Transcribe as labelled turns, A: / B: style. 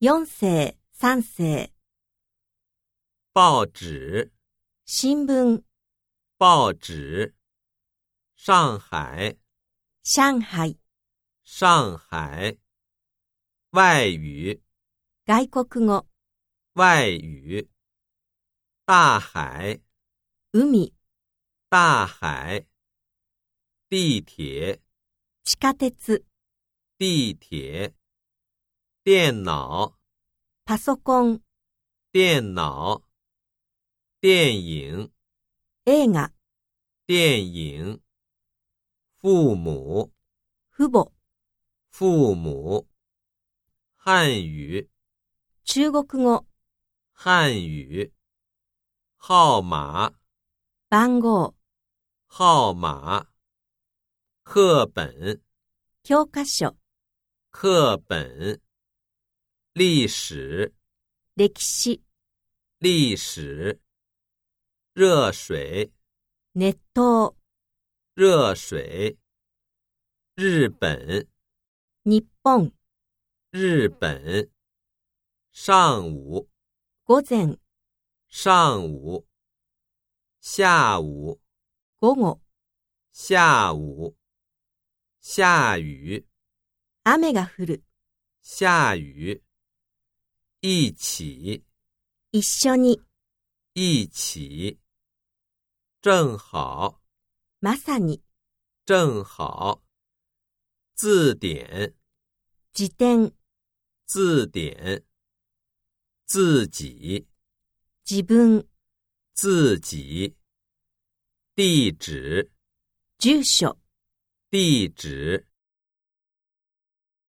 A: 4世、3世、
B: 报纸，
A: 新聞、
B: 报纸。上海，
A: 上海、
B: 上海。外语，
A: 外国語、
B: 外语。大海，
A: 海、
B: 大海。地铁，
A: 地下鉄、
B: 地铁。电脑，
A: パソコン、
B: 电脑。电影，
A: 映画、
B: 电影。父母，
A: 父母、
B: 父母。汉语，
A: 中国語、
B: 汉语。号码，
A: 番号、
B: 号码。课本，
A: 教科書、
B: 课本。历史，
A: 歴史、
B: 历史。热水，
A: 熱湯、
B: 热水。日本，
A: 日本、
B: 日本。上午，
A: 午前、
B: 上午。下午，
A: 午後、
B: 下午。下雨，
A: 雨が降る、
B: 下雨。一起，
A: 一緒に、
B: 一起。正好，
A: まさに、
B: 正好。字典，
A: 辞典、
B: 字典。自己，
A: 自分、
B: 自己。地址，
A: 住所、
B: 地址。